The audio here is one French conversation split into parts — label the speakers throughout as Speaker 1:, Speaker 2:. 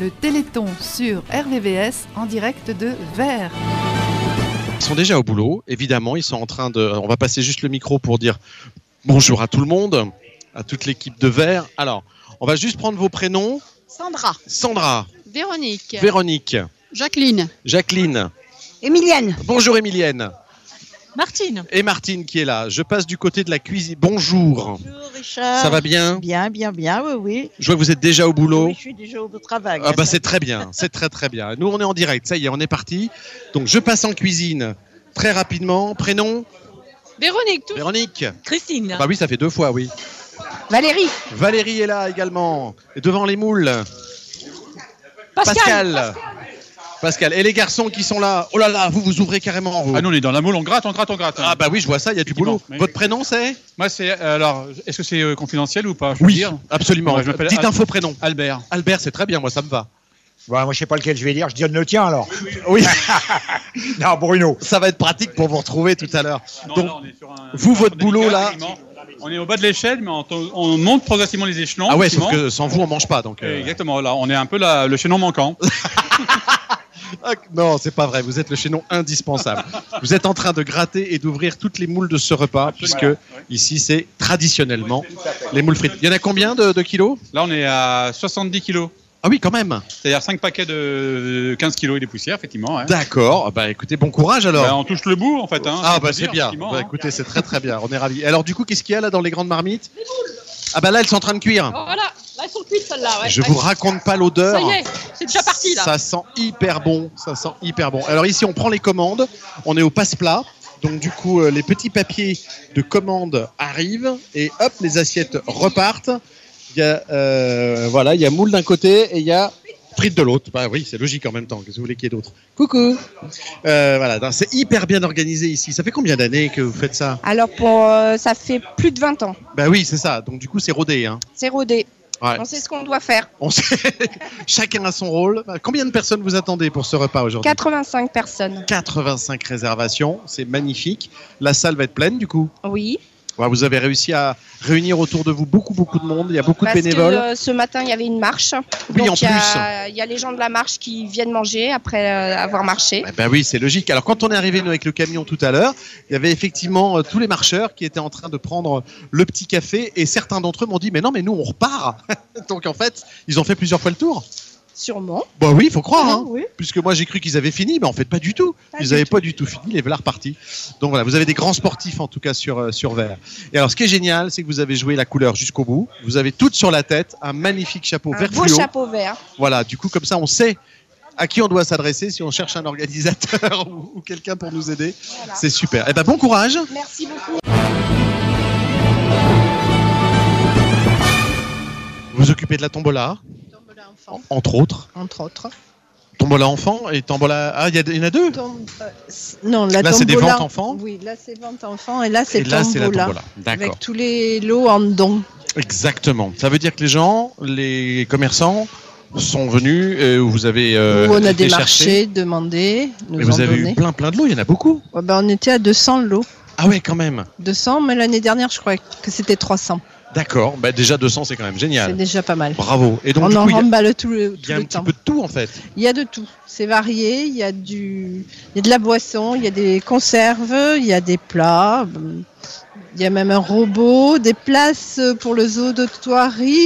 Speaker 1: le Téléthon sur RVVS en direct de Vert.
Speaker 2: Ils sont déjà au boulot, évidemment. Ils sont en train de. On va passer juste le micro pour dire bonjour à tout le monde, à toute l'équipe de Vert. Alors, on va juste prendre vos prénoms.
Speaker 3: Sandra,
Speaker 2: Sandra,
Speaker 3: Véronique,
Speaker 2: Véronique,
Speaker 3: Jacqueline,
Speaker 2: Jacqueline.
Speaker 4: Emilienne,
Speaker 2: Bonjour Émilienne
Speaker 5: Martine.
Speaker 2: et Martine qui est là. Je passe du côté de la cuisine. Bonjour.
Speaker 5: Bonjour Richard.
Speaker 2: Ça va bien
Speaker 5: Bien, bien, bien, oui, oui.
Speaker 2: Je vois que vous êtes déjà au boulot.
Speaker 5: Oui, je suis déjà au travail.
Speaker 2: Ah bah c'est très bien, c'est très très bien. Nous on est en direct, ça y est, on est parti. Donc je passe en cuisine très rapidement. Prénom
Speaker 3: Véronique, tout
Speaker 2: Véronique.
Speaker 5: Christine.
Speaker 2: Ah Bah oui, ça fait deux fois, oui.
Speaker 4: Valérie,
Speaker 2: Valérie est là également. Et devant les moules.
Speaker 5: Pascal.
Speaker 2: Pascal. Pascal. Et les garçons qui sont là. Oh là là, vous vous ouvrez carrément en haut.
Speaker 6: Ah non, on est dans la moule, on gratte, on gratte, on gratte. hein.
Speaker 2: Ah bah oui, je vois ça, il y a du boulot.
Speaker 6: Effectivement, oui.
Speaker 2: Votre prénom c'est
Speaker 6: Moi, c'est. euh, alors, est-ce que c'est euh, confidentiel ou pas Je peux le dire
Speaker 2: absolument.
Speaker 6: Ouais, je m'appelle
Speaker 2: Petite
Speaker 6: Al-
Speaker 2: info prénom.
Speaker 6: Albert.
Speaker 2: Albert, c'est très bien, moi ça me va.
Speaker 7: Bon, moi, je sais pas lequel je vais dire. Je donne le tien alors.
Speaker 2: Oui.
Speaker 7: Non, Bruno.
Speaker 2: Ça va être pratique pour vous retrouver tout à l'heure.
Speaker 6: Non,
Speaker 2: Donc,
Speaker 6: là, on est sur un-
Speaker 2: vous,
Speaker 6: un
Speaker 2: votre
Speaker 6: délicat,
Speaker 2: boulot, là-
Speaker 6: effectivement. On est au bas de l'échelle, mais on, to- on monte progressivement les échelons.
Speaker 2: ah ouais, sauf
Speaker 6: effectivement.
Speaker 2: que sans vous, on mange pas. Donc,
Speaker 6: Et
Speaker 2: euh,
Speaker 6: Exactement, là, on est un peu là, le chaînon manquant.
Speaker 2: ah, non, c'est pas vrai. Vous êtes le chaînon indispensable. vous êtes en train de gratter et d'ouvrir toutes les moules de ce repas, puisque ici, c'est traditionnellement les moules frites. Il y en a combien de, de kilos
Speaker 6: Là, on est à 70 kilos,
Speaker 2: Ah oui, quand même.
Speaker 6: c'est-à-dire 5 paquets de 15 kilos et des poussières, effectivement. hein.
Speaker 2: D'accord. Bah écoutez, bon courage alors.
Speaker 6: Bah, on touche le bout, en fait. hein,
Speaker 2: ah
Speaker 6: faut
Speaker 2: bah
Speaker 6: le
Speaker 2: c'est
Speaker 6: dire,
Speaker 2: bien.
Speaker 6: effectivement,
Speaker 2: Bah,
Speaker 6: hein.
Speaker 2: écoutez, c'est très très bien. On est ravis. Alors du coup, qu'est-ce qu'il y a là dans les grandes marmites Ah bah là, elles sont en train de cuire.
Speaker 3: Voilà, là, elles sont cuites celles-là. Oh, Ouais.
Speaker 2: Je vous raconte pas l'odeur.
Speaker 3: Ça y est, c'est déjà parti là.
Speaker 2: Ça sent hyper bon, ça sent hyper bon. Alors ici, on prend les commandes, on est au passe-plat. Donc du coup, euh, les petits papiers de commande arrivent et hop, les assiettes repartent. Il y a, euh, voilà, il y a moule d'un côté et il y a frites de l'autre. Bah oui, c'est logique en même temps. Qu'est-ce que vous voulez qu'il y ait d'autre Coucou. Euh, voilà, non, c'est hyper bien organisé ici. Ça fait combien d'années que vous faites ça
Speaker 4: alors pour euh, ça fait plus de 20 ans.
Speaker 2: Bah oui, c'est ça. Donc du coup, c'est rodé. Hein.
Speaker 4: C'est rodé.
Speaker 2: Ouais.
Speaker 4: On sait ce qu'on doit faire.
Speaker 2: On sait- Chacun a son rôle. Combien de personnes vous attendez pour ce repas aujourd'hui
Speaker 4: 85 personnes.
Speaker 2: 85 réservations, c'est magnifique. La salle va être pleine du coup.
Speaker 4: Oui.
Speaker 2: Voilà, vous avez réussi à réunir autour de vous beaucoup beaucoup de monde, il y a beaucoup
Speaker 4: parce
Speaker 2: de bénévoles.
Speaker 4: que euh, ce matin, il y avait une marche.
Speaker 2: Oui, en
Speaker 4: Donc, il y, a- il y a les gens de la marche qui viennent manger après euh, avoir marché.
Speaker 2: Eh ben oui, c'est logique. Alors quand on est arrivé nous avec le camion tout à l'heure, il y avait effectivement euh, tous les marcheurs qui étaient en train de prendre le petit café et certains d'entre eux m'ont dit mais non mais nous on repart. Donc en fait, ils ont fait plusieurs fois le tour.
Speaker 4: Sûrement.
Speaker 2: Bah oui, faut croire. hein.
Speaker 4: Ah Oui.
Speaker 2: puisque moi j'ai cru qu'ils avaient fini, mais en fait pas du tout.
Speaker 4: Pas
Speaker 2: ils
Speaker 4: du
Speaker 2: n'avaient pas du tout fini, les voilà repartis. Donc voilà, vous avez des grands sportifs en tout cas sur, euh, sur verre. Et alors ce qui est génial, c'est que vous avez joué la couleur jusqu'au bout. Vous avez toutes sur la tête un magnifique chapeau
Speaker 4: Un
Speaker 2: vert
Speaker 4: beau
Speaker 2: fluo.
Speaker 4: chapeau vert.
Speaker 2: Voilà, du coup comme ça on sait à qui on doit s'adresser si on cherche un organisateur ou, ou quelqu'un pour nous aider.
Speaker 4: Voilà.
Speaker 2: C'est super. Eh ben bon courage.
Speaker 4: Merci beaucoup.
Speaker 2: Vous vous occupez de la tombola, en- entre autres.
Speaker 8: entre autres.
Speaker 2: Tombola enfant et tombola. Ah, il y, a- il y en a deux.
Speaker 8: Tom- euh, c- non, la
Speaker 2: Là, c'est des
Speaker 8: tombola-
Speaker 2: ventes enfants
Speaker 8: Oui, là c'est vente enfant et là c'est
Speaker 2: et là c'est la
Speaker 8: tombola.
Speaker 2: tombola. D'accord.
Speaker 8: Avec tous les lots en don.
Speaker 2: Exactement. Ça veut dire que les gens, les commerçants sont venus, euh, vous avez euh,
Speaker 8: Où on a
Speaker 2: été chercher,
Speaker 8: démarché, demandé, nous
Speaker 2: et
Speaker 8: en
Speaker 2: vous avez eu
Speaker 8: donné.
Speaker 2: plein plein de lots, il y en a beaucoup.
Speaker 8: Ouais, ben, on était à 200 lots.
Speaker 2: Ah ouais, quand même.
Speaker 8: 200, mais l'année dernière, je crois que c'était 300.
Speaker 2: D'accord. Bah, déjà 200, c'est quand même
Speaker 8: C'est
Speaker 2: génial.
Speaker 8: déjà pas mal.
Speaker 2: Bravo. Et donc
Speaker 8: on
Speaker 2: du
Speaker 8: en
Speaker 2: coup, il y a,
Speaker 8: remballe tout le,
Speaker 2: il
Speaker 8: tout
Speaker 2: y a un
Speaker 8: le
Speaker 2: petit
Speaker 8: temps.
Speaker 2: peu de tout en fait.
Speaker 8: Il y a de tout. C'est varié. Il y, a du... il y a de la boisson, il y a des conserves, il y a des plats. hum, Il y a même un robot, des places pour le zoo de Thoiry,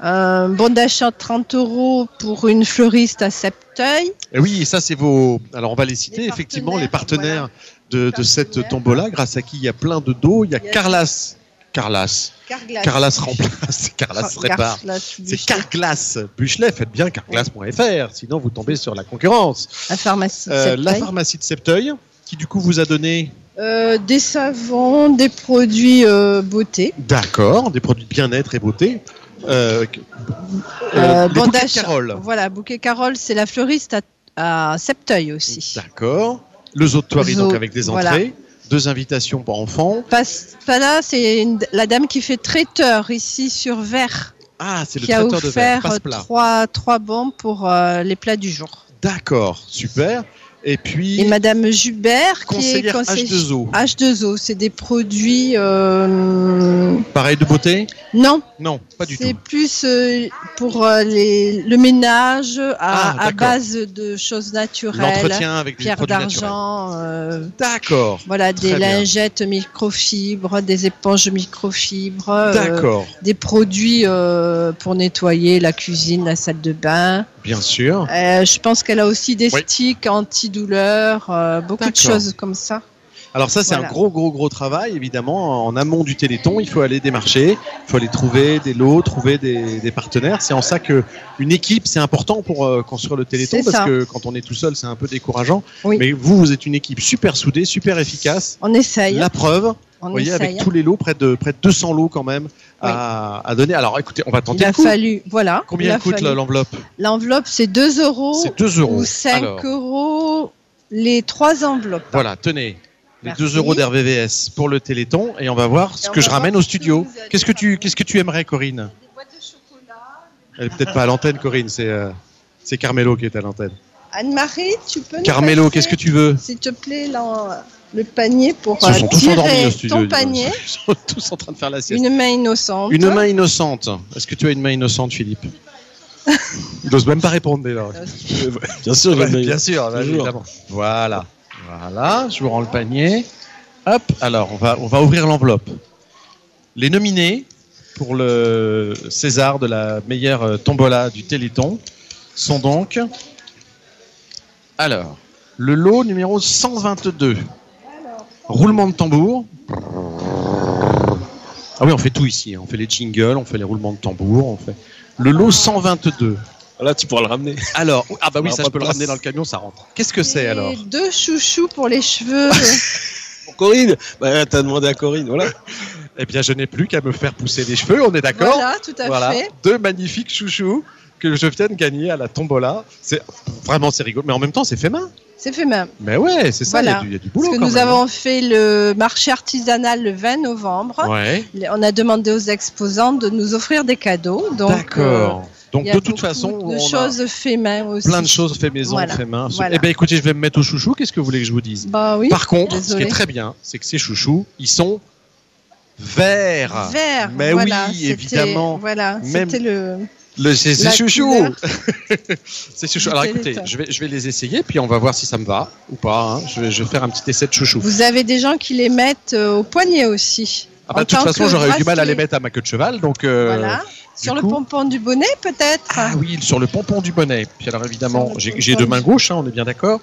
Speaker 8: un bon d'achat de 30 euros pour une fleuriste à Septeuil.
Speaker 2: Et oui, ça c'est vos. Alors on va les citer
Speaker 8: Les
Speaker 2: effectivement les
Speaker 8: partenaires,
Speaker 2: partenaires de, de
Speaker 8: Partenaires.
Speaker 2: cette tombola, grâce à qui il y a plein de dos. Il y a
Speaker 8: Il y a-
Speaker 2: Carlas. Carlas.
Speaker 8: Carglass.
Speaker 2: Carlas remplace. Carlas
Speaker 8: Car-
Speaker 2: répare.
Speaker 8: Carglass,
Speaker 2: C'est
Speaker 8: bûcher.
Speaker 2: Carglass Buchelet, faites bien carglass.fr, sinon vous tombez sur la concurrence.
Speaker 8: La pharmacie. de
Speaker 2: Euh, la
Speaker 8: Septeuil.
Speaker 2: pharmacie de Septeuil, qui du coup vous a donné,
Speaker 8: Euh, des savons, des produits euh, beauté.
Speaker 2: d'accord, des produits de bien-être et beauté. Euh, que-
Speaker 8: Euh,
Speaker 2: les bouquets de
Speaker 8: bandage.
Speaker 2: Carole.
Speaker 8: Voilà, Bouquet Carole, c'est la fleuriste à, à Septeuil aussi.
Speaker 2: D'accord. Le zoo de Thoiry,
Speaker 8: Zoo,
Speaker 2: donc avec des entrées.
Speaker 8: voilà.
Speaker 2: Deux invitations pour enfants.
Speaker 8: Pas- Pala, c'est une- la dame qui fait traiteur ici sur verre,
Speaker 2: Ah, c'est le
Speaker 8: qui a
Speaker 2: traiteur de verre,
Speaker 8: offert
Speaker 2: passe-plat.
Speaker 8: euh, trois, trois bons pour euh, les plats du jour.
Speaker 2: D'accord, super. Et puis,
Speaker 8: Et Madame Jubert qui est
Speaker 2: conseillère
Speaker 8: conseillère
Speaker 2: H2O.
Speaker 8: H2O, c'est des produits. euh,
Speaker 2: Pareil de beauté
Speaker 8: Non,
Speaker 2: Non, pas du
Speaker 8: c'est
Speaker 2: tout.
Speaker 8: plus euh, pour euh, les, le ménage à,
Speaker 2: Ah,
Speaker 8: à
Speaker 2: d'accord.
Speaker 8: base de choses naturelles,
Speaker 2: L'entretien avec des
Speaker 8: pierre
Speaker 2: produits naturels.
Speaker 8: d'argent, euh,
Speaker 2: D'accord.
Speaker 8: voilà, des
Speaker 2: Très bien.
Speaker 8: lingettes microfibres, des éponges microfibres, euh,
Speaker 2: D'accord.
Speaker 8: des produits euh, pour nettoyer la cuisine, la salle de bain.
Speaker 2: Bien sûr.
Speaker 8: Euh, je pense qu'elle a aussi des
Speaker 2: Oui.
Speaker 8: sticks antidouleurs, euh, beaucoup de
Speaker 2: D'accord.
Speaker 8: choses comme ça.
Speaker 2: Alors ça, c'est
Speaker 8: Voilà.
Speaker 2: un gros, gros, gros travail, évidemment, en amont du Téléthon. Il faut aller démarcher, il faut aller trouver des lots, trouver des, des partenaires. C'est en ça que une équipe, c'est important pour euh, construire le Téléthon,
Speaker 8: C'est
Speaker 2: parce
Speaker 8: ça.
Speaker 2: que quand on est tout seul, c'est un peu décourageant.
Speaker 8: Oui.
Speaker 2: Mais vous, vous êtes une équipe super soudée, super efficace.
Speaker 8: On essaye.
Speaker 2: La preuve,
Speaker 8: on
Speaker 2: vous voyez,
Speaker 8: essaye.
Speaker 2: avec tous les lots, près de, près de 200 lots quand même à, à donner. Alors écoutez, on va
Speaker 8: Il
Speaker 2: tenter
Speaker 8: a
Speaker 2: le coup.
Speaker 8: fallu, voilà. il
Speaker 2: Combien
Speaker 8: a
Speaker 2: elle coûte
Speaker 8: fallu-
Speaker 2: là, l'enveloppe
Speaker 8: L'enveloppe, c'est 2 euros
Speaker 2: C'est 2 euros.
Speaker 8: ou 5
Speaker 2: Alors,
Speaker 8: euros les trois enveloppes.
Speaker 2: Voilà, tenez. Les
Speaker 8: Merci.
Speaker 2: 2 euros d'RVVS pour le Téléthon et on va voir ce
Speaker 8: Et on
Speaker 2: que
Speaker 8: va
Speaker 2: je
Speaker 8: voir
Speaker 2: ramène au
Speaker 8: ce que
Speaker 2: studio.
Speaker 8: vous avez
Speaker 2: Qu'est-ce que tu
Speaker 8: ramené.
Speaker 2: qu'est-ce que tu aimerais Corinne Elle est peut-être pas à l'antenne Corinne, c'est euh, c'est Carmelo qui est à l'antenne.
Speaker 8: Anne-Marie, tu peux nous
Speaker 2: Carmelo,
Speaker 8: passer,
Speaker 2: qu'est-ce que tu veux
Speaker 8: S'il te plaît, l'en- le panier pour
Speaker 2: Ils se
Speaker 8: euh,
Speaker 2: sont tous endormis au
Speaker 8: tirer
Speaker 2: studio.
Speaker 8: ton
Speaker 2: dis donc.
Speaker 8: panier.
Speaker 2: Ils sont tous en train de faire la sieste.
Speaker 8: Une main innocente.
Speaker 2: Une, main innocente. Est-ce que tu as une main innocente Philippe Il n'ose même pas répondre dès
Speaker 8: Euh,
Speaker 2: lors.
Speaker 9: Bien sûr,
Speaker 2: Ouais,
Speaker 9: j'ai le-
Speaker 2: bien sûr, bah,
Speaker 9: Toujours.
Speaker 2: évidemment. Voilà. Voilà, je vous rends le panier. Hop, alors on va, on va ouvrir l'enveloppe. Les nominés pour le César de la meilleure euh, tombola du Téléthon sont donc. Alors, le lot numéro 122. Roulement de tambour. Ah oui, on fait tout ici. hein. On fait les jingles, on fait les roulements de tambour. On fait... Le lot 122.
Speaker 9: Ah, Là, tu pourras le ramener.
Speaker 2: Alors, ah bah oui,
Speaker 9: Alors, pas
Speaker 2: ça je
Speaker 9: de
Speaker 2: peux le
Speaker 9: place.
Speaker 2: ramener dans le camion, ça rentre. Qu'est-ce que c'est
Speaker 8: Et
Speaker 2: alors
Speaker 8: Deux chouchous pour les cheveux.
Speaker 9: Pour Corinne Bah, t'as demandé à Corinne, voilà.
Speaker 2: Eh bien, je n'ai plus qu'à me faire pousser les cheveux, on est d'accord
Speaker 8: voilà, tout à
Speaker 2: Voilà,
Speaker 8: fait.
Speaker 2: deux magnifiques chouchous que je viens de gagner à la tombola. C'est vraiment c'est rigolo, mais en même temps c'est fait main.
Speaker 8: C'est fait même.
Speaker 2: Mais ouais, c'est ça, il y a
Speaker 8: Voilà.
Speaker 2: du- il y, a du boulot
Speaker 8: Parce que
Speaker 2: quand
Speaker 8: nous
Speaker 2: même. hein.
Speaker 8: avons fait le marché artisanal le 20 novembre.
Speaker 2: Ouais,
Speaker 8: On a demandé aux exposants de nous offrir des cadeaux. Donc, euh,
Speaker 2: d'accord. Donc
Speaker 8: il y a
Speaker 2: de toute
Speaker 8: beaucoup
Speaker 2: façon,
Speaker 8: de
Speaker 2: on a
Speaker 8: choses fait main aussi.
Speaker 2: plein de choses fait maison,
Speaker 8: Voilà,
Speaker 2: fait main.
Speaker 8: voilà.
Speaker 2: Eh bien, écoutez, je vais me mettre au chouchou. Qu'est-ce que vous voulez que je vous dise
Speaker 8: Bah oui.
Speaker 2: Par contre, ce qui
Speaker 8: désolée.
Speaker 2: est très bien, c'est que ces chouchous, ils sont verts.
Speaker 8: Vert.
Speaker 2: Mais
Speaker 8: voilà,
Speaker 2: oui,
Speaker 8: c'était-
Speaker 2: évidemment.
Speaker 8: Voilà,
Speaker 2: Même-
Speaker 8: c'était le.
Speaker 2: Le, c'est c'est
Speaker 8: La
Speaker 2: chouchou
Speaker 8: couleur.
Speaker 2: C'est chouchou. Alors
Speaker 8: Du
Speaker 2: écoutez,
Speaker 8: Téléthon.
Speaker 2: je vais, je vais les essayer, puis on va voir si ça me va ou pas. hein. Je, vais, je vais faire un petit essai de chouchou.
Speaker 8: Vous avez des gens qui les mettent euh, au poignet aussi.
Speaker 2: Ah bah,
Speaker 8: en
Speaker 2: de toute
Speaker 8: tant
Speaker 2: façon,
Speaker 8: que
Speaker 2: j'aurais eu du mal à les
Speaker 8: bracelet.
Speaker 2: mettre à ma queue de cheval, donc... euh,
Speaker 8: voilà.
Speaker 2: du
Speaker 8: Sur le
Speaker 2: coup-
Speaker 8: pompon du bonnet, peut-être.
Speaker 2: Ah oui, sur le pompon du bonnet. Puis alors évidemment,
Speaker 8: Sur le
Speaker 2: j'ai
Speaker 8: pompon
Speaker 2: j'ai deux
Speaker 8: du-
Speaker 2: mains gauches, hein, on est bien d'accord.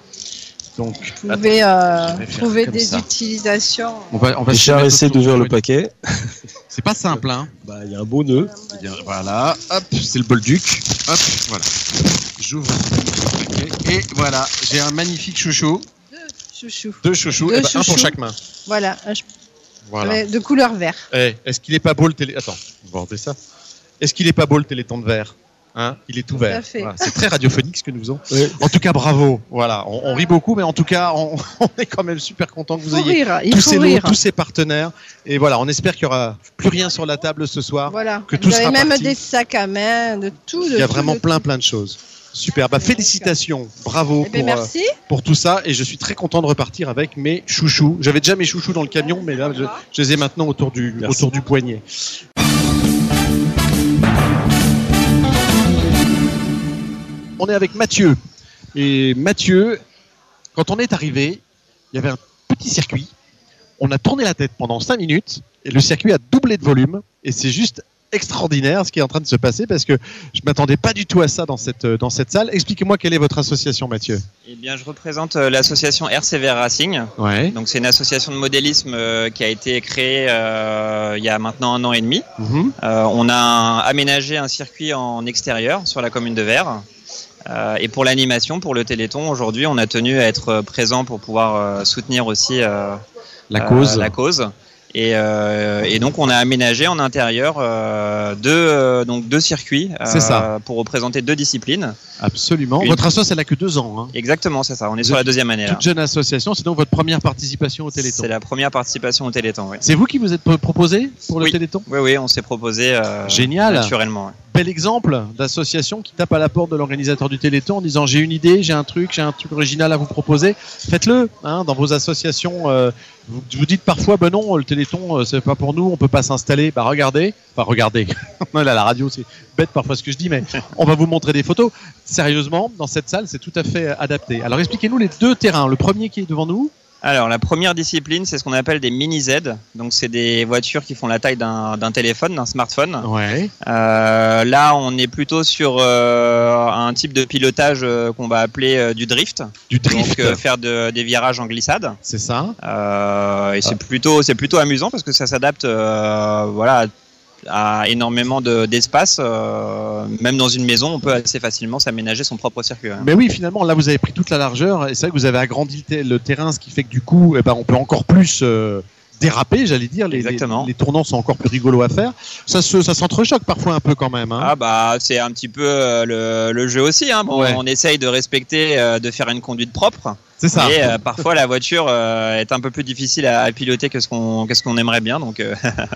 Speaker 2: Donc,
Speaker 8: Vous pouvez euh,
Speaker 2: je vais faire
Speaker 8: trouver
Speaker 2: comme
Speaker 8: des
Speaker 2: ça.
Speaker 8: utilisations.
Speaker 2: on va, on va
Speaker 9: Richard
Speaker 2: se mettre
Speaker 9: essaie
Speaker 2: autour
Speaker 9: d'ouvrir
Speaker 2: du
Speaker 9: le
Speaker 2: bonnet.
Speaker 9: paquet.
Speaker 2: C'est pas simple, hein.
Speaker 9: Bah, il y a un beau nœud.
Speaker 2: Il y a- Eh Voilà, hop, c'est le bolduc. Hop, voilà. J'ouvre le paquet. Et voilà, j'ai un magnifique chouchou.
Speaker 8: Chouchou.
Speaker 2: Deux chouchous,
Speaker 8: Deux
Speaker 2: eh ben, un pour
Speaker 8: chouchous.
Speaker 2: chaque main.
Speaker 8: Voilà,
Speaker 10: euh,
Speaker 8: un ch-
Speaker 2: Voilà.
Speaker 8: mais de couleur vert.
Speaker 2: Eh, est-ce qu'il est pas beau le télé Attends, bordez ça. Est-ce qu'il est pas beau le téléthon de verre Hein Il est tout vert.
Speaker 8: fait.
Speaker 2: Voilà, C'est très radiophonique ce que nous faisons.
Speaker 9: Ouais.
Speaker 2: En tout cas, bravo. Voilà, on, on rit beaucoup, mais en tout cas, on, on est quand même super content que
Speaker 8: Il
Speaker 2: vous
Speaker 8: faut
Speaker 2: ayez
Speaker 8: rire, il
Speaker 2: tous ces
Speaker 8: faut
Speaker 2: lots,
Speaker 8: rire.
Speaker 2: tous ces partenaires. Et voilà, on espère qu'il y aura plus rien sur la table ce soir.
Speaker 8: Voilà.
Speaker 2: que tout
Speaker 8: Vous avez
Speaker 2: sera
Speaker 8: même
Speaker 2: parti.
Speaker 8: des sacs à main, de tout. de
Speaker 2: Il y a
Speaker 8: tout,
Speaker 2: vraiment
Speaker 8: de
Speaker 2: plein,
Speaker 8: tout.
Speaker 2: plein de choses. Super. Bah,
Speaker 8: D'accord.
Speaker 2: félicitations. Bravo
Speaker 8: Eh ben,
Speaker 2: pour, euh,
Speaker 8: merci.
Speaker 2: pour tout ça. Et je suis très content de repartir avec mes chouchous. J'avais déjà mes chouchous dans le camion, mais là, je, je les ai maintenant autour du,
Speaker 9: Merci.
Speaker 2: autour du poignet. On est avec Mathieu. Et Mathieu, quand on est arrivé, il y avait un petit circuit. On a tourné la tête pendant 5 minutes et le circuit a doublé de volume. Et c'est juste extraordinaire ce qui est en train de se passer parce que je m'attendais pas du tout à ça dans cette, dans cette salle. Expliquez-moi quelle est votre association, Mathieu.
Speaker 11: Eh bien, je représente euh, l'association RCV Racing.
Speaker 2: Ouais.
Speaker 11: Donc, c'est une association de modélisme euh, qui a été créée euh, il y a maintenant un an et demi. Euh, on a un- aménagé un circuit en extérieur sur la commune de Vert. Euh, et pour l'animation, pour le Téléthon, aujourd'hui, on a tenu à être euh, présent pour pouvoir euh, soutenir aussi euh,
Speaker 2: La
Speaker 11: euh,
Speaker 2: cause.
Speaker 11: la cause. Et, euh, et donc, on a aménagé en intérieur euh, deux, euh, donc deux circuits
Speaker 2: C'est ça.
Speaker 11: pour représenter deux disciplines.
Speaker 2: Absolument.
Speaker 11: Une-
Speaker 2: Votre association, elle a que deux ans. hein.
Speaker 11: Exactement, c'est ça. On est sur la deuxième année. là.
Speaker 2: Toute jeune association, c'est donc votre première participation au Téléthon.
Speaker 11: C'est la première participation au Téléthon, oui.
Speaker 2: C'est vous qui vous êtes pro- proposé pour le
Speaker 11: Oui.
Speaker 2: Téléthon
Speaker 11: Oui, oui, on s'est proposé euh,
Speaker 2: Génial.
Speaker 11: naturellement. ouais.
Speaker 2: bel exemple d'association qui tape à la porte de l'organisateur du Téléthon en disant j'ai une idée, j'ai un truc, j'ai un truc original à vous proposer. Faites-le hein, dans vos associations. euh, vous, vous dites parfois ben non, le Téléthon euh, c'est pas pour nous, on peut pas s'installer. Bah regardez, enfin regardez. Là la radio c'est bête parfois ce que je dis, mais on va vous montrer des photos. Sérieusement, dans cette salle c'est tout à fait adapté. Alors expliquez-nous les deux terrains. Le premier qui est devant nous.
Speaker 11: Alors, la première discipline, c'est ce qu'on appelle des mini-Z. Donc, c'est des voitures qui font la taille d'un d'un téléphone, d'un smartphone.
Speaker 2: Ouais.
Speaker 11: Euh, là, on est plutôt sur euh, un type de pilotage euh, qu'on va appeler euh, du drift.
Speaker 2: Du
Speaker 11: drift. Donc, euh, faire de- des virages en glissade.
Speaker 2: C'est ça.
Speaker 11: Euh, et
Speaker 2: Ah.
Speaker 11: c'est plutôt, c'est plutôt amusant parce que ça s'adapte, euh, voilà, à énormément de- d'espace. euh, même dans une maison, on peut assez facilement s'aménager son propre circuit. hein.
Speaker 2: Mais oui, finalement, là, vous avez pris toute la largeur et c'est vrai que vous avez agrandi le, te- le terrain, ce qui fait que du coup, eh ben, on peut encore plus euh, déraper, j'allais dire. Les, les, les tournants sont encore plus rigolos à faire. Ça se, ça s'entrechoque parfois un peu quand même. hein.
Speaker 11: Ah bah c'est un petit peu euh, le, le jeu aussi. Hein. Bon,
Speaker 2: Ouais.
Speaker 11: On essaye de respecter, euh, de faire une conduite propre.
Speaker 2: C'est ça.
Speaker 11: Et parfois la voiture euh, est un peu plus difficile à, à piloter que ce qu'on qu'est-ce qu'on aimerait bien. Donc euh,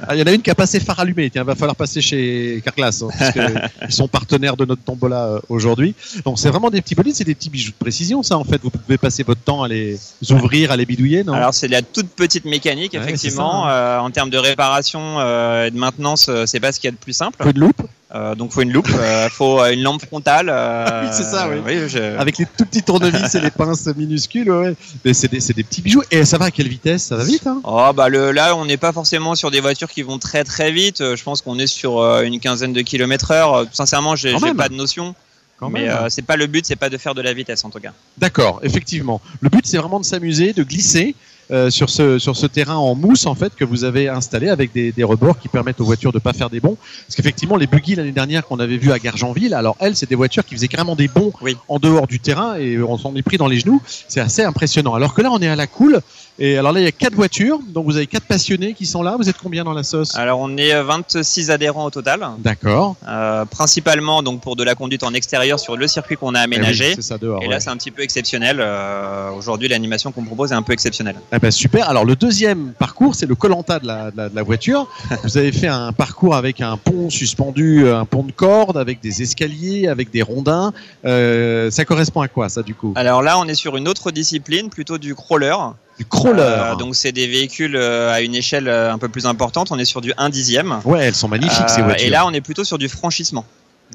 Speaker 2: Ah, Il y en a une qui a passé phare allumé. Tiens, va falloir passer chez Carglass, hein, parce que ils sont partenaires de notre tombola euh, aujourd'hui. Donc, c'est vraiment des petits bolides, c'est des petits bijoux de précision, ça, en fait. Vous pouvez passer votre temps à les ouvrir, à les bidouiller, non
Speaker 11: alors c'est de la toute petite mécanique
Speaker 2: Ouais,
Speaker 11: effectivement.
Speaker 2: c'est
Speaker 11: Euh, en termes de réparation euh, et de maintenance, euh, c'est pas ce qu'il y a de plus simple.
Speaker 2: Faut une loupe.
Speaker 11: Euh, donc faut une loupe, euh, faut euh, une lampe frontale. euh,
Speaker 2: oui, c'est ça, oui.
Speaker 11: je-
Speaker 2: Avec les tout petits tournevis et les pinces minuscules, ouais, ouais. Mais c'est des, c'est des petits bijoux. Et ça va à quelle vitesse Ça va vite, hein
Speaker 11: Oh bah le, là on n'est pas forcément sur des voitures qui vont très très vite. Euh, Je pense qu'on est sur euh, une quinzaine de kilomètres heure. Euh, Sincèrement, j'ai
Speaker 2: Quand
Speaker 11: j'ai
Speaker 2: même.
Speaker 11: pas de notion.
Speaker 2: Quand
Speaker 11: mais
Speaker 2: même.
Speaker 11: euh, c'est pas le but, c'est pas de faire de la vitesse en tout cas.
Speaker 2: D'accord, effectivement. Le but, c'est vraiment de s'amuser, de glisser euh, sur, ce, sur ce terrain en mousse en fait que vous avez installé avec des, des rebords qui permettent aux voitures de pas faire des bonds. Parce qu'effectivement, les buggy l'année dernière qu'on avait vu à Gargenville, alors elles, c'est des voitures qui faisaient carrément des bonds en dehors du terrain et on s'en est pris dans les genoux. C'est assez impressionnant. Alors que là, on est à la cool. Et alors là, il y a quatre voitures, donc vous avez quatre passionnés qui sont là. Vous êtes combien dans la sauce
Speaker 11: Alors on est euh, 26 adhérents au total.
Speaker 2: D'accord.
Speaker 11: Euh, principalement donc pour de la conduite en extérieur sur le circuit qu'on a aménagé.
Speaker 2: Eh oui, c'est ça, dehors,
Speaker 11: Et là
Speaker 2: ouais.
Speaker 11: c'est un petit peu exceptionnel. Euh, Aujourd'hui l'animation qu'on propose est un peu exceptionnelle.
Speaker 2: Ah bah super. Alors le deuxième parcours, c'est le colanta de la, de, la, de la voiture. Vous avez fait un parcours avec un pont suspendu, euh, un pont de corde, avec des escaliers, avec des rondins. Euh, ça correspond à quoi ça du coup
Speaker 11: Alors là, on est sur une autre discipline, plutôt du crawler.
Speaker 2: Du crawler.
Speaker 11: Euh, donc c'est des véhicules euh, à une échelle euh, un peu plus importante. On est sur du 1 dixième.
Speaker 2: Ouais, elles sont magnifiques ces
Speaker 11: Euh,
Speaker 2: voitures.
Speaker 11: Et là, on est plutôt sur du franchissement.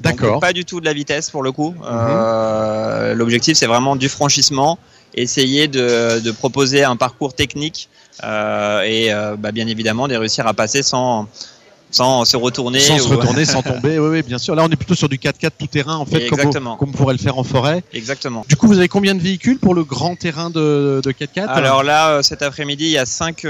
Speaker 2: D'accord. Mhm.
Speaker 11: Donc, Pas du tout de la vitesse pour le coup. Euh, L'objectif, c'est vraiment du franchissement. Essayer de, de proposer un parcours technique euh, et euh, bah, bien évidemment de réussir à passer sans, sans se retourner.
Speaker 2: sans se
Speaker 11: ou-
Speaker 2: retourner, sans tomber. Oui, oui, bien sûr. Là, on est plutôt sur du 4x4 tout terrain en fait, comme,
Speaker 11: Exactement.
Speaker 2: vous- comme on pourrait le faire en forêt.
Speaker 11: Exactement.
Speaker 2: Du coup, vous avez combien de véhicules pour le grand terrain de, de 4x4
Speaker 11: Alors là, euh, cet après-midi, il y a 5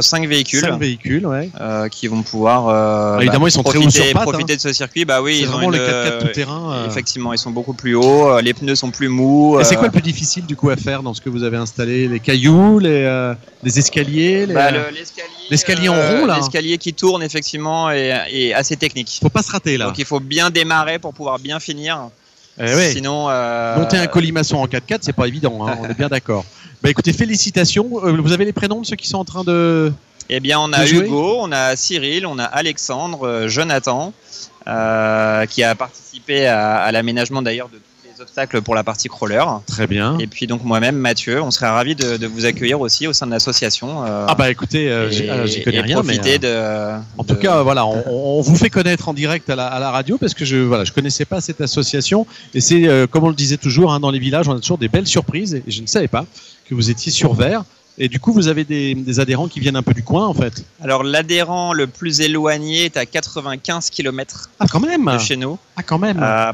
Speaker 11: cinq véhicules.
Speaker 2: Cinq véhicules, ouais.
Speaker 11: qui vont pouvoir.
Speaker 2: Ah,
Speaker 11: euh,
Speaker 2: évidemment,
Speaker 11: bah,
Speaker 2: ils sont
Speaker 11: profiter,
Speaker 2: très hauts sur pattes.
Speaker 11: profiter
Speaker 2: hein.
Speaker 11: de ce circuit. Bah oui,
Speaker 2: C'est
Speaker 11: ils ont
Speaker 2: vraiment
Speaker 11: une,
Speaker 2: le 4x4 tout
Speaker 11: euh,
Speaker 2: terrain, euh.
Speaker 11: Effectivement, ils sont beaucoup plus hauts. euh, Les pneus sont plus mous.
Speaker 2: Et c'est quoi
Speaker 11: euh,
Speaker 2: le plus difficile du coup à faire dans ce que vous avez installé Les cailloux, les, euh, les escaliers les, euh,
Speaker 11: Bah, le- l'escalier,
Speaker 2: l'escalier en
Speaker 11: euh,
Speaker 2: rond là
Speaker 11: L'escalier qui tourne effectivement est, est assez technique.
Speaker 2: Faut pas se rater là.
Speaker 11: Donc il faut bien démarrer pour pouvoir bien finir.
Speaker 2: Eh ouais.
Speaker 11: Sinon, euh,
Speaker 2: Monter un colimaçon en 4x4, c'est pas évident, hein, on est bien d'accord. Bah écoutez, félicitations. Euh, vous avez les prénoms de ceux qui sont en train de.
Speaker 11: Eh bien, on
Speaker 2: de
Speaker 11: a
Speaker 2: jouer
Speaker 11: Hugo, on a Cyril, on a Alexandre, euh, Jonathan, euh, qui a participé à, à l'aménagement d'ailleurs de tous les obstacles pour la partie crawler.
Speaker 2: Très bien.
Speaker 11: Et puis donc moi-même, Mathieu, on serait ravi de, de vous accueillir aussi au sein de l'association. euh,
Speaker 2: Ah bah écoutez, euh, j'y
Speaker 11: et-
Speaker 2: euh, j'y connais
Speaker 11: et
Speaker 2: rien, mais.
Speaker 11: profiter
Speaker 2: euh,
Speaker 11: de.
Speaker 2: En tout cas, euh, voilà, on, on- on vous fait connaître en direct à la, à la radio parce que je voilà, je connaissais pas cette association et c'est euh, comme on le disait toujours hein, dans les villages, on a toujours des belles surprises et je ne savais pas que vous étiez sur vert et du coup vous avez des, des adhérents qui viennent un peu du coin en fait.
Speaker 11: Alors l'adhérent le plus éloigné est à 95 km
Speaker 2: Ah quand même.
Speaker 11: de chez nous.
Speaker 2: Ah quand même.
Speaker 11: Euh,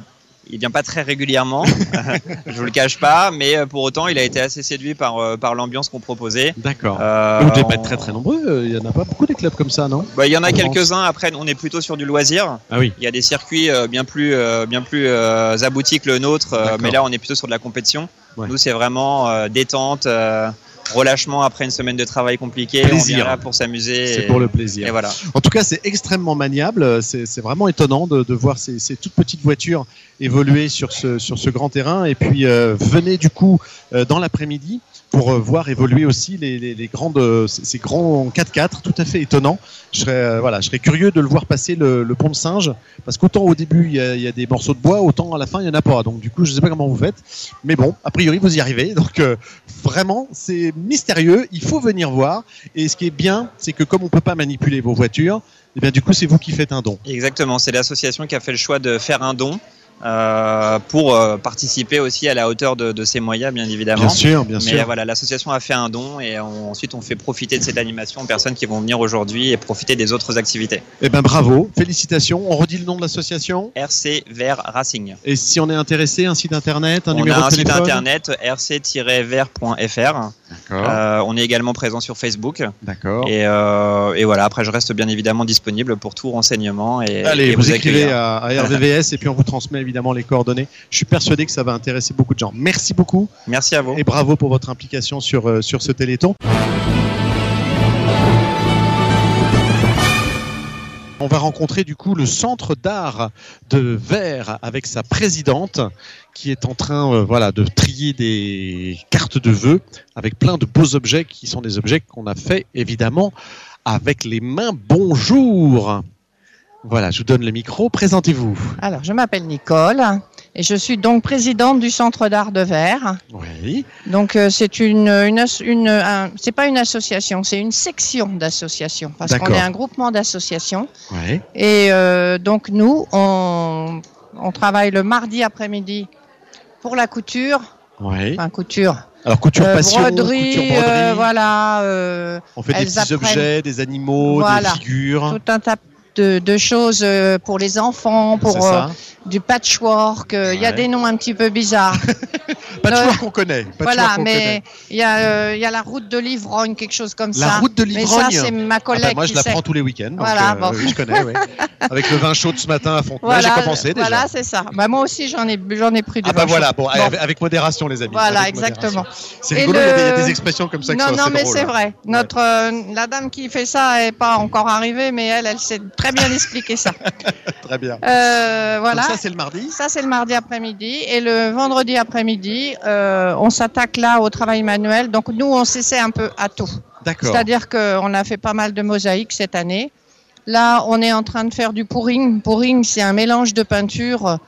Speaker 11: il vient pas très régulièrement, je vous le cache pas, mais euh, pour autant il a été assez séduit par, euh, par l'ambiance qu'on proposait.
Speaker 2: D'accord.
Speaker 11: Euh,
Speaker 2: vous devez pas
Speaker 11: on-
Speaker 2: être très très nombreux. euh, Il y en a pas beaucoup des clubs comme ça, non
Speaker 11: Bah, il y en a
Speaker 2: En France.
Speaker 11: quelques-uns. Après, on est plutôt sur du loisir.
Speaker 2: Ah oui.
Speaker 11: Il y a des circuits euh, bien plus, euh, bien plus euh, aboutis que le nôtre, euh, mais là, on est plutôt sur de la compétition.
Speaker 2: Ouais.
Speaker 11: Nous, c'est vraiment euh, détente, euh, relâchement après une semaine de travail compliqué.
Speaker 2: Plaisir.
Speaker 11: On vient là pour s'amuser.
Speaker 2: C'est
Speaker 11: et-
Speaker 2: pour le plaisir.
Speaker 11: Et voilà.
Speaker 2: En tout cas, c'est extrêmement maniable. C'est c'est vraiment étonnant de, de voir ces, ces toutes petites voitures évoluer sur ce, sur ce grand terrain. Et puis, euh, venez du coup euh, dans l'après-midi pour euh, voir évoluer aussi les, les- les grandes, euh, ces, ces grands 4x4, tout à fait étonnants. Je serais, euh, voilà, je serais curieux de le voir passer le, le pont de singe, parce qu'autant au début, il y, a, il y a des morceaux de bois, autant à la fin, il n'y en a pas. Donc, du coup, je ne sais pas comment vous faites. Mais bon, a priori, vous y arrivez. Donc, euh, vraiment, c'est mystérieux. Il faut venir voir. Et ce qui est bien, c'est que comme on ne peut pas manipuler vos voitures, et bien, du coup, c'est vous qui faites un don.
Speaker 11: Exactement, c'est l'association qui a fait le choix de faire un don euh, pour euh, participer aussi à la hauteur de, de ses moyens, bien évidemment.
Speaker 2: Bien sûr, bien
Speaker 11: Mais
Speaker 2: sûr.
Speaker 11: euh, voilà, l'association a fait un don et on- ensuite on fait profiter de cette animation aux personnes qui vont venir aujourd'hui et profiter des autres activités.
Speaker 2: Eh ben bravo, félicitations. On redit le nom de l'association.
Speaker 11: RC Vert Racing.
Speaker 2: Et si on est intéressé, un site internet, un
Speaker 11: on
Speaker 2: numéro
Speaker 11: a un
Speaker 2: de
Speaker 11: site
Speaker 2: téléphone.
Speaker 11: internet rc-vert.fr.
Speaker 2: Ah.
Speaker 11: Euh, on est également présent sur Facebook.
Speaker 2: D'accord.
Speaker 11: Et, euh, et voilà, après je reste bien évidemment disponible pour tout renseignement. Et,
Speaker 2: Allez,
Speaker 11: et
Speaker 2: vous,
Speaker 11: accueillir.
Speaker 2: écrivez à, à RVVS et puis on vous transmet évidemment les coordonnées. Je suis persuadé que ça va intéresser beaucoup de gens. Merci beaucoup.
Speaker 11: Merci à vous.
Speaker 2: Et bravo pour votre implication sur, euh, sur ce Téléthon. On va rencontrer du coup le centre d'art de Vert avec sa présidente qui est en train euh, voilà, de trier des cartes de vœux avec plein de beaux objets qui sont des objets qu'on a fait évidemment avec les mains. Bonjour Voilà, je vous donne le micro, présentez-vous.
Speaker 10: Alors, je m'appelle Nicole et je suis donc présidente du Centre d'art de Verre.
Speaker 2: Oui.
Speaker 10: Donc, euh, c'est une, une, as- une un- c'est pas une association, c'est une section d'associations parce qu'on
Speaker 12: D'accord.
Speaker 10: est un groupement d'associations.
Speaker 2: Ouais.
Speaker 10: Et euh, donc, nous, on, on travaille le mardi après-midi pour la couture,
Speaker 2: Ouais.
Speaker 10: enfin, couture.
Speaker 2: Alors couture
Speaker 10: euh,
Speaker 2: passion,
Speaker 10: broderie,
Speaker 2: couture broderie.
Speaker 10: euh, voilà. euh,
Speaker 2: On fait des
Speaker 10: elles
Speaker 2: petits
Speaker 10: apprennent-
Speaker 2: objets, des animaux,
Speaker 10: Voilà.
Speaker 2: des figures.
Speaker 10: tout un tas de, de choses euh, pour les enfants,
Speaker 2: C'est
Speaker 10: pour
Speaker 2: ça.
Speaker 10: euh, du patchwork. euh, Il y a
Speaker 2: Ouais.
Speaker 10: des noms un petit peu bizarres.
Speaker 2: Patchwork qu'on connaît. patchwork
Speaker 10: Euh, voilà,
Speaker 2: qu'on
Speaker 10: mais
Speaker 2: connaît.
Speaker 10: il y, a, euh, il y a la route de l'ivrogne, quelque chose comme ça.
Speaker 2: La route de l'ivrogne.
Speaker 10: Mais ça, c'est ma collègue.
Speaker 2: Ah bah moi, je
Speaker 10: qui
Speaker 2: la
Speaker 10: sait.
Speaker 2: prends tous les week-ends. donc,
Speaker 10: Voilà,
Speaker 2: euh,
Speaker 10: bon.
Speaker 2: oui, je connais, ouais. Avec le vin chaud de ce matin à Fontenay,
Speaker 10: Voilà,
Speaker 2: j'ai commencé déjà.
Speaker 10: voilà, c'est ça. Bah, moi aussi, j'en ai, j'en ai pris du
Speaker 2: ah bah
Speaker 10: vin
Speaker 2: voilà,
Speaker 10: chaud.
Speaker 2: bon, avec avec modération, les amis.
Speaker 10: Voilà,
Speaker 2: avec modération.
Speaker 10: exactement.
Speaker 2: C'est
Speaker 10: Et
Speaker 2: rigolo, il y a des- il y a
Speaker 10: le-
Speaker 2: des expressions comme ça qui
Speaker 10: non,
Speaker 2: sont
Speaker 10: non,
Speaker 2: assez
Speaker 10: mais
Speaker 2: drôles,
Speaker 10: c'est
Speaker 2: hein.
Speaker 10: vrai. Notre, euh, la dame qui fait ça n'est pas encore arrivée, mais elle, elle sait très bien expliquer ça.
Speaker 2: Très bien.
Speaker 10: Euh, voilà.
Speaker 2: Donc ça, c'est le mardi.
Speaker 10: Ça, c'est le mardi après-midi. Et le vendredi après-midi, euh, on s'attaque là au travail manuel. Donc, nous, on s'essaie un peu à tout.
Speaker 2: D'accord.
Speaker 10: C'est-à-dire qu'on a fait pas mal de mosaïques cette année. Là, on est en train de faire du pouring. Pouring, c'est un mélange de peinture.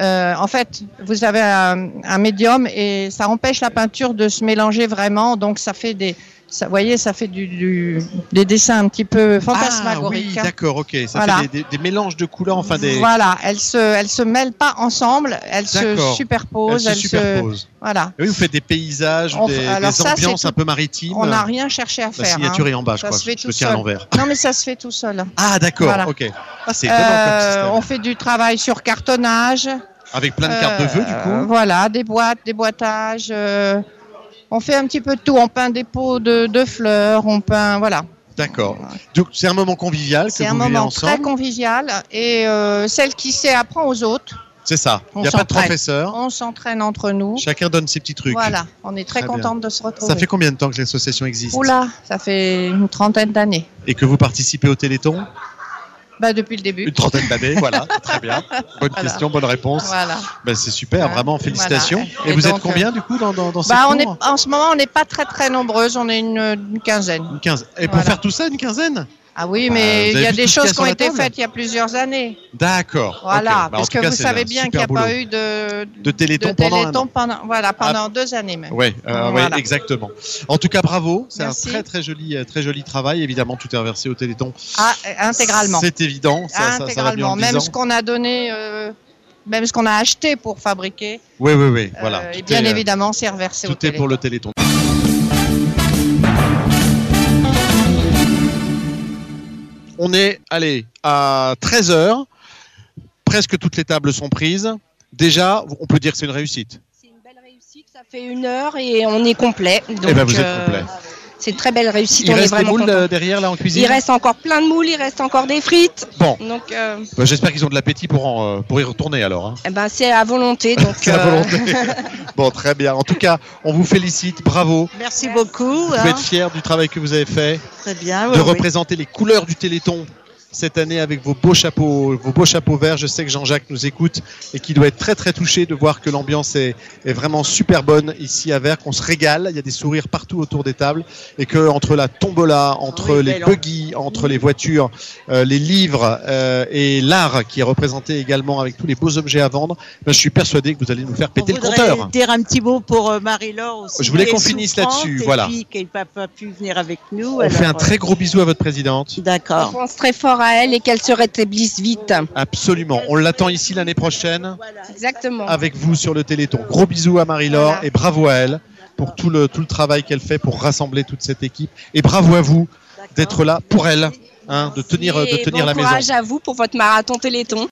Speaker 10: Euh, en fait, vous avez un, un médium et ça empêche la peinture de se mélanger vraiment. Donc, ça fait des, ça, vous voyez, ça fait du, du- des dessins un petit peu
Speaker 2: Ah
Speaker 10: fantasmagoriques.
Speaker 2: oui,
Speaker 10: hein.
Speaker 2: d'accord, ok. Ça
Speaker 10: Voilà.
Speaker 2: fait des, des- des mélanges de couleurs, enfin des.
Speaker 10: Voilà, elles se, elles se mêlent pas ensemble, elles se
Speaker 2: D'accord.
Speaker 10: superposent.
Speaker 2: Elles se superposent.
Speaker 10: Voilà.
Speaker 2: Oui, vous faites des paysages,
Speaker 10: On-
Speaker 2: des, des
Speaker 10: alors ça, c'est
Speaker 2: ambiances
Speaker 10: tout-
Speaker 2: un peu maritimes.
Speaker 10: On n'a rien cherché à faire.
Speaker 2: signature
Speaker 10: hein.
Speaker 2: est en bas, je
Speaker 10: Ça
Speaker 2: crois.
Speaker 10: se fait
Speaker 2: Je
Speaker 10: tout
Speaker 2: le tiens à
Speaker 10: seul.
Speaker 2: l'envers.
Speaker 10: Non, mais ça se fait tout seul.
Speaker 2: Ah d'accord,
Speaker 10: Voilà.
Speaker 2: ok. Ah, c'est étonnant comme
Speaker 10: Euh,
Speaker 2: système.
Speaker 10: on fait du travail sur cartonnage.
Speaker 2: Avec plein de cartes de vœux, du coup.
Speaker 10: Euh, Voilà, des boîtes, des boîtages. euh, on fait un petit peu de tout. On peint des pots de, de fleurs, on peint. Voilà.
Speaker 2: D'accord. Donc c'est un moment convivial que
Speaker 10: C'est
Speaker 2: vous
Speaker 10: un
Speaker 2: vivez
Speaker 10: moment très
Speaker 2: ensemble.
Speaker 10: convivial. Et euh, celle qui sait apprend aux autres.
Speaker 2: C'est ça. Il
Speaker 10: On
Speaker 2: n'y a pas de
Speaker 10: s'entraide.
Speaker 2: professeur.
Speaker 10: On s'entraîne entre nous.
Speaker 2: Chacun donne ses petits trucs.
Speaker 10: Voilà, on est très,
Speaker 2: Très bien.
Speaker 10: contente de se retrouver.
Speaker 2: Ça fait combien de temps que l'association existe
Speaker 10: Oula, ça fait une trentaine d'années.
Speaker 2: Et que vous participez au Téléthon
Speaker 10: Bah, depuis le début.
Speaker 2: Une trentaine d'années, voilà. Très bien. Bonne question, bonne réponse.
Speaker 10: Voilà.
Speaker 2: Ben, c'est super, vraiment, félicitations.
Speaker 10: Voilà.
Speaker 2: Et,
Speaker 10: Et
Speaker 2: vous êtes
Speaker 10: donc,
Speaker 2: combien
Speaker 10: euh,
Speaker 2: du coup dans, dans, dans
Speaker 10: Bah, on
Speaker 2: ces
Speaker 10: est,
Speaker 2: cours
Speaker 10: en ce moment, on n'est pas très très nombreuses, on est une, une quinzaine.
Speaker 2: Une quinzaine. Et pour faire tout ça, une quinzaine
Speaker 10: Ah oui,
Speaker 2: Bah,
Speaker 10: mais
Speaker 2: vous
Speaker 10: il
Speaker 2: avez
Speaker 10: y a
Speaker 2: vu
Speaker 10: des
Speaker 2: tout ce qu'il y a
Speaker 10: choses qui
Speaker 2: sur
Speaker 10: ont
Speaker 2: la
Speaker 10: été
Speaker 2: table
Speaker 10: faites il y a plusieurs années.
Speaker 2: D'accord.
Speaker 10: Voilà,
Speaker 2: Ok. Bah, en
Speaker 10: parce
Speaker 2: tout
Speaker 10: que
Speaker 2: cas,
Speaker 10: vous
Speaker 2: c'est un
Speaker 10: savez bien qu'il n'y
Speaker 2: super
Speaker 10: a pas
Speaker 2: boulot.
Speaker 10: eu de,
Speaker 2: De Téléthon
Speaker 10: de
Speaker 2: pendant un
Speaker 10: Téléthon
Speaker 2: an. Ah.
Speaker 10: pendant, voilà, pendant deux années même.
Speaker 2: Ouais, euh, ouais,
Speaker 10: Voilà.
Speaker 2: exactement. En tout cas, bravo. C'est un
Speaker 10: Merci.
Speaker 2: très très joli, euh, très joli travail. Évidemment, tout est reversé au Téléthon.
Speaker 10: Ah, euh, intégralement.
Speaker 2: C'est évident. Ça, ça- ça va bien
Speaker 10: intégralement.
Speaker 2: en disant.
Speaker 10: même ce qu'on a donné, euh, même ce qu'on a acheté pour fabriquer,
Speaker 2: Oui, oui, oui. Voilà.
Speaker 10: euh, et
Speaker 2: Tout
Speaker 10: bien
Speaker 2: est, euh,
Speaker 10: évidemment, c'est reversé au
Speaker 2: Tout est
Speaker 10: Téléthon.
Speaker 2: pour le Téléthon. On est, allez, à 13h. Presque toutes les tables sont prises. Déjà, on peut dire que c'est une réussite.
Speaker 4: Ça fait une heure et on est complet. Donc,
Speaker 2: eh ben, vous êtes
Speaker 4: euh,
Speaker 2: complet.
Speaker 8: C'est une très belle réussite.
Speaker 2: Il
Speaker 8: on est
Speaker 2: reste des
Speaker 8: vraiment
Speaker 2: moules
Speaker 8: content.
Speaker 2: euh, derrière là en cuisine.
Speaker 8: Il reste encore plein de moules, il reste encore des frites.
Speaker 2: Bon.
Speaker 8: Donc, euh,
Speaker 2: Bah, J'espère qu'ils ont de l'appétit pour, en, euh, pour y retourner alors. hein.
Speaker 8: eh ben, c'est à volonté. Donc,
Speaker 2: C'est à
Speaker 8: euh,
Speaker 2: volonté. bon, très bien. En tout cas, on vous félicite. Bravo.
Speaker 5: Merci beaucoup.
Speaker 2: Vous
Speaker 5: hein.
Speaker 2: pouvez être fiers du travail que vous avez fait,
Speaker 5: Très
Speaker 2: de
Speaker 5: bien. Ah oui, oui.
Speaker 2: représenter les couleurs du Téléthon cette année avec vos beaux chapeaux, vos beaux chapeaux verts. Je sais que Jean-Jacques nous écoute et qui doit être très très touché de voir que l'ambiance est, est vraiment super bonne ici à Vert, qu'on se régale. Il y a des sourires partout autour des tables et que entre la tombola, entre les buggy, entre les voitures, euh, les livres euh, et l'art qui est représenté également avec tous les beaux objets à vendre, ben, je suis persuadé que vous allez nous faire péter
Speaker 5: Je
Speaker 2: le
Speaker 5: voudrais
Speaker 2: compteur.
Speaker 5: dire un petit mot pour euh, Marie-Laure aussi.
Speaker 2: Je voulais
Speaker 5: qui
Speaker 2: qu'on
Speaker 5: est
Speaker 2: finisse
Speaker 5: souffrante
Speaker 2: là-dessus,
Speaker 5: et
Speaker 2: voilà.
Speaker 5: puis qu'elle n'a pas pu venir avec nous. euh,
Speaker 2: On fait un très gros bisou à votre présidente.
Speaker 8: on
Speaker 5: D'accord.
Speaker 8: pense très fort à elle et qu'elle se rétablisse vite.
Speaker 2: Absolument. On l'attend ici l'année prochaine
Speaker 8: Exactement.
Speaker 2: avec vous sur le Téléthon. Gros bisous à Marie-Laure et bravo à elle pour tout le, tout le travail qu'elle fait pour rassembler toute cette équipe. Et bravo à vous d'être là pour elle, hein, de tenir, de
Speaker 8: Et
Speaker 2: tenir
Speaker 8: bon
Speaker 2: la maison.
Speaker 8: courage à vous pour votre marathon Téléthon.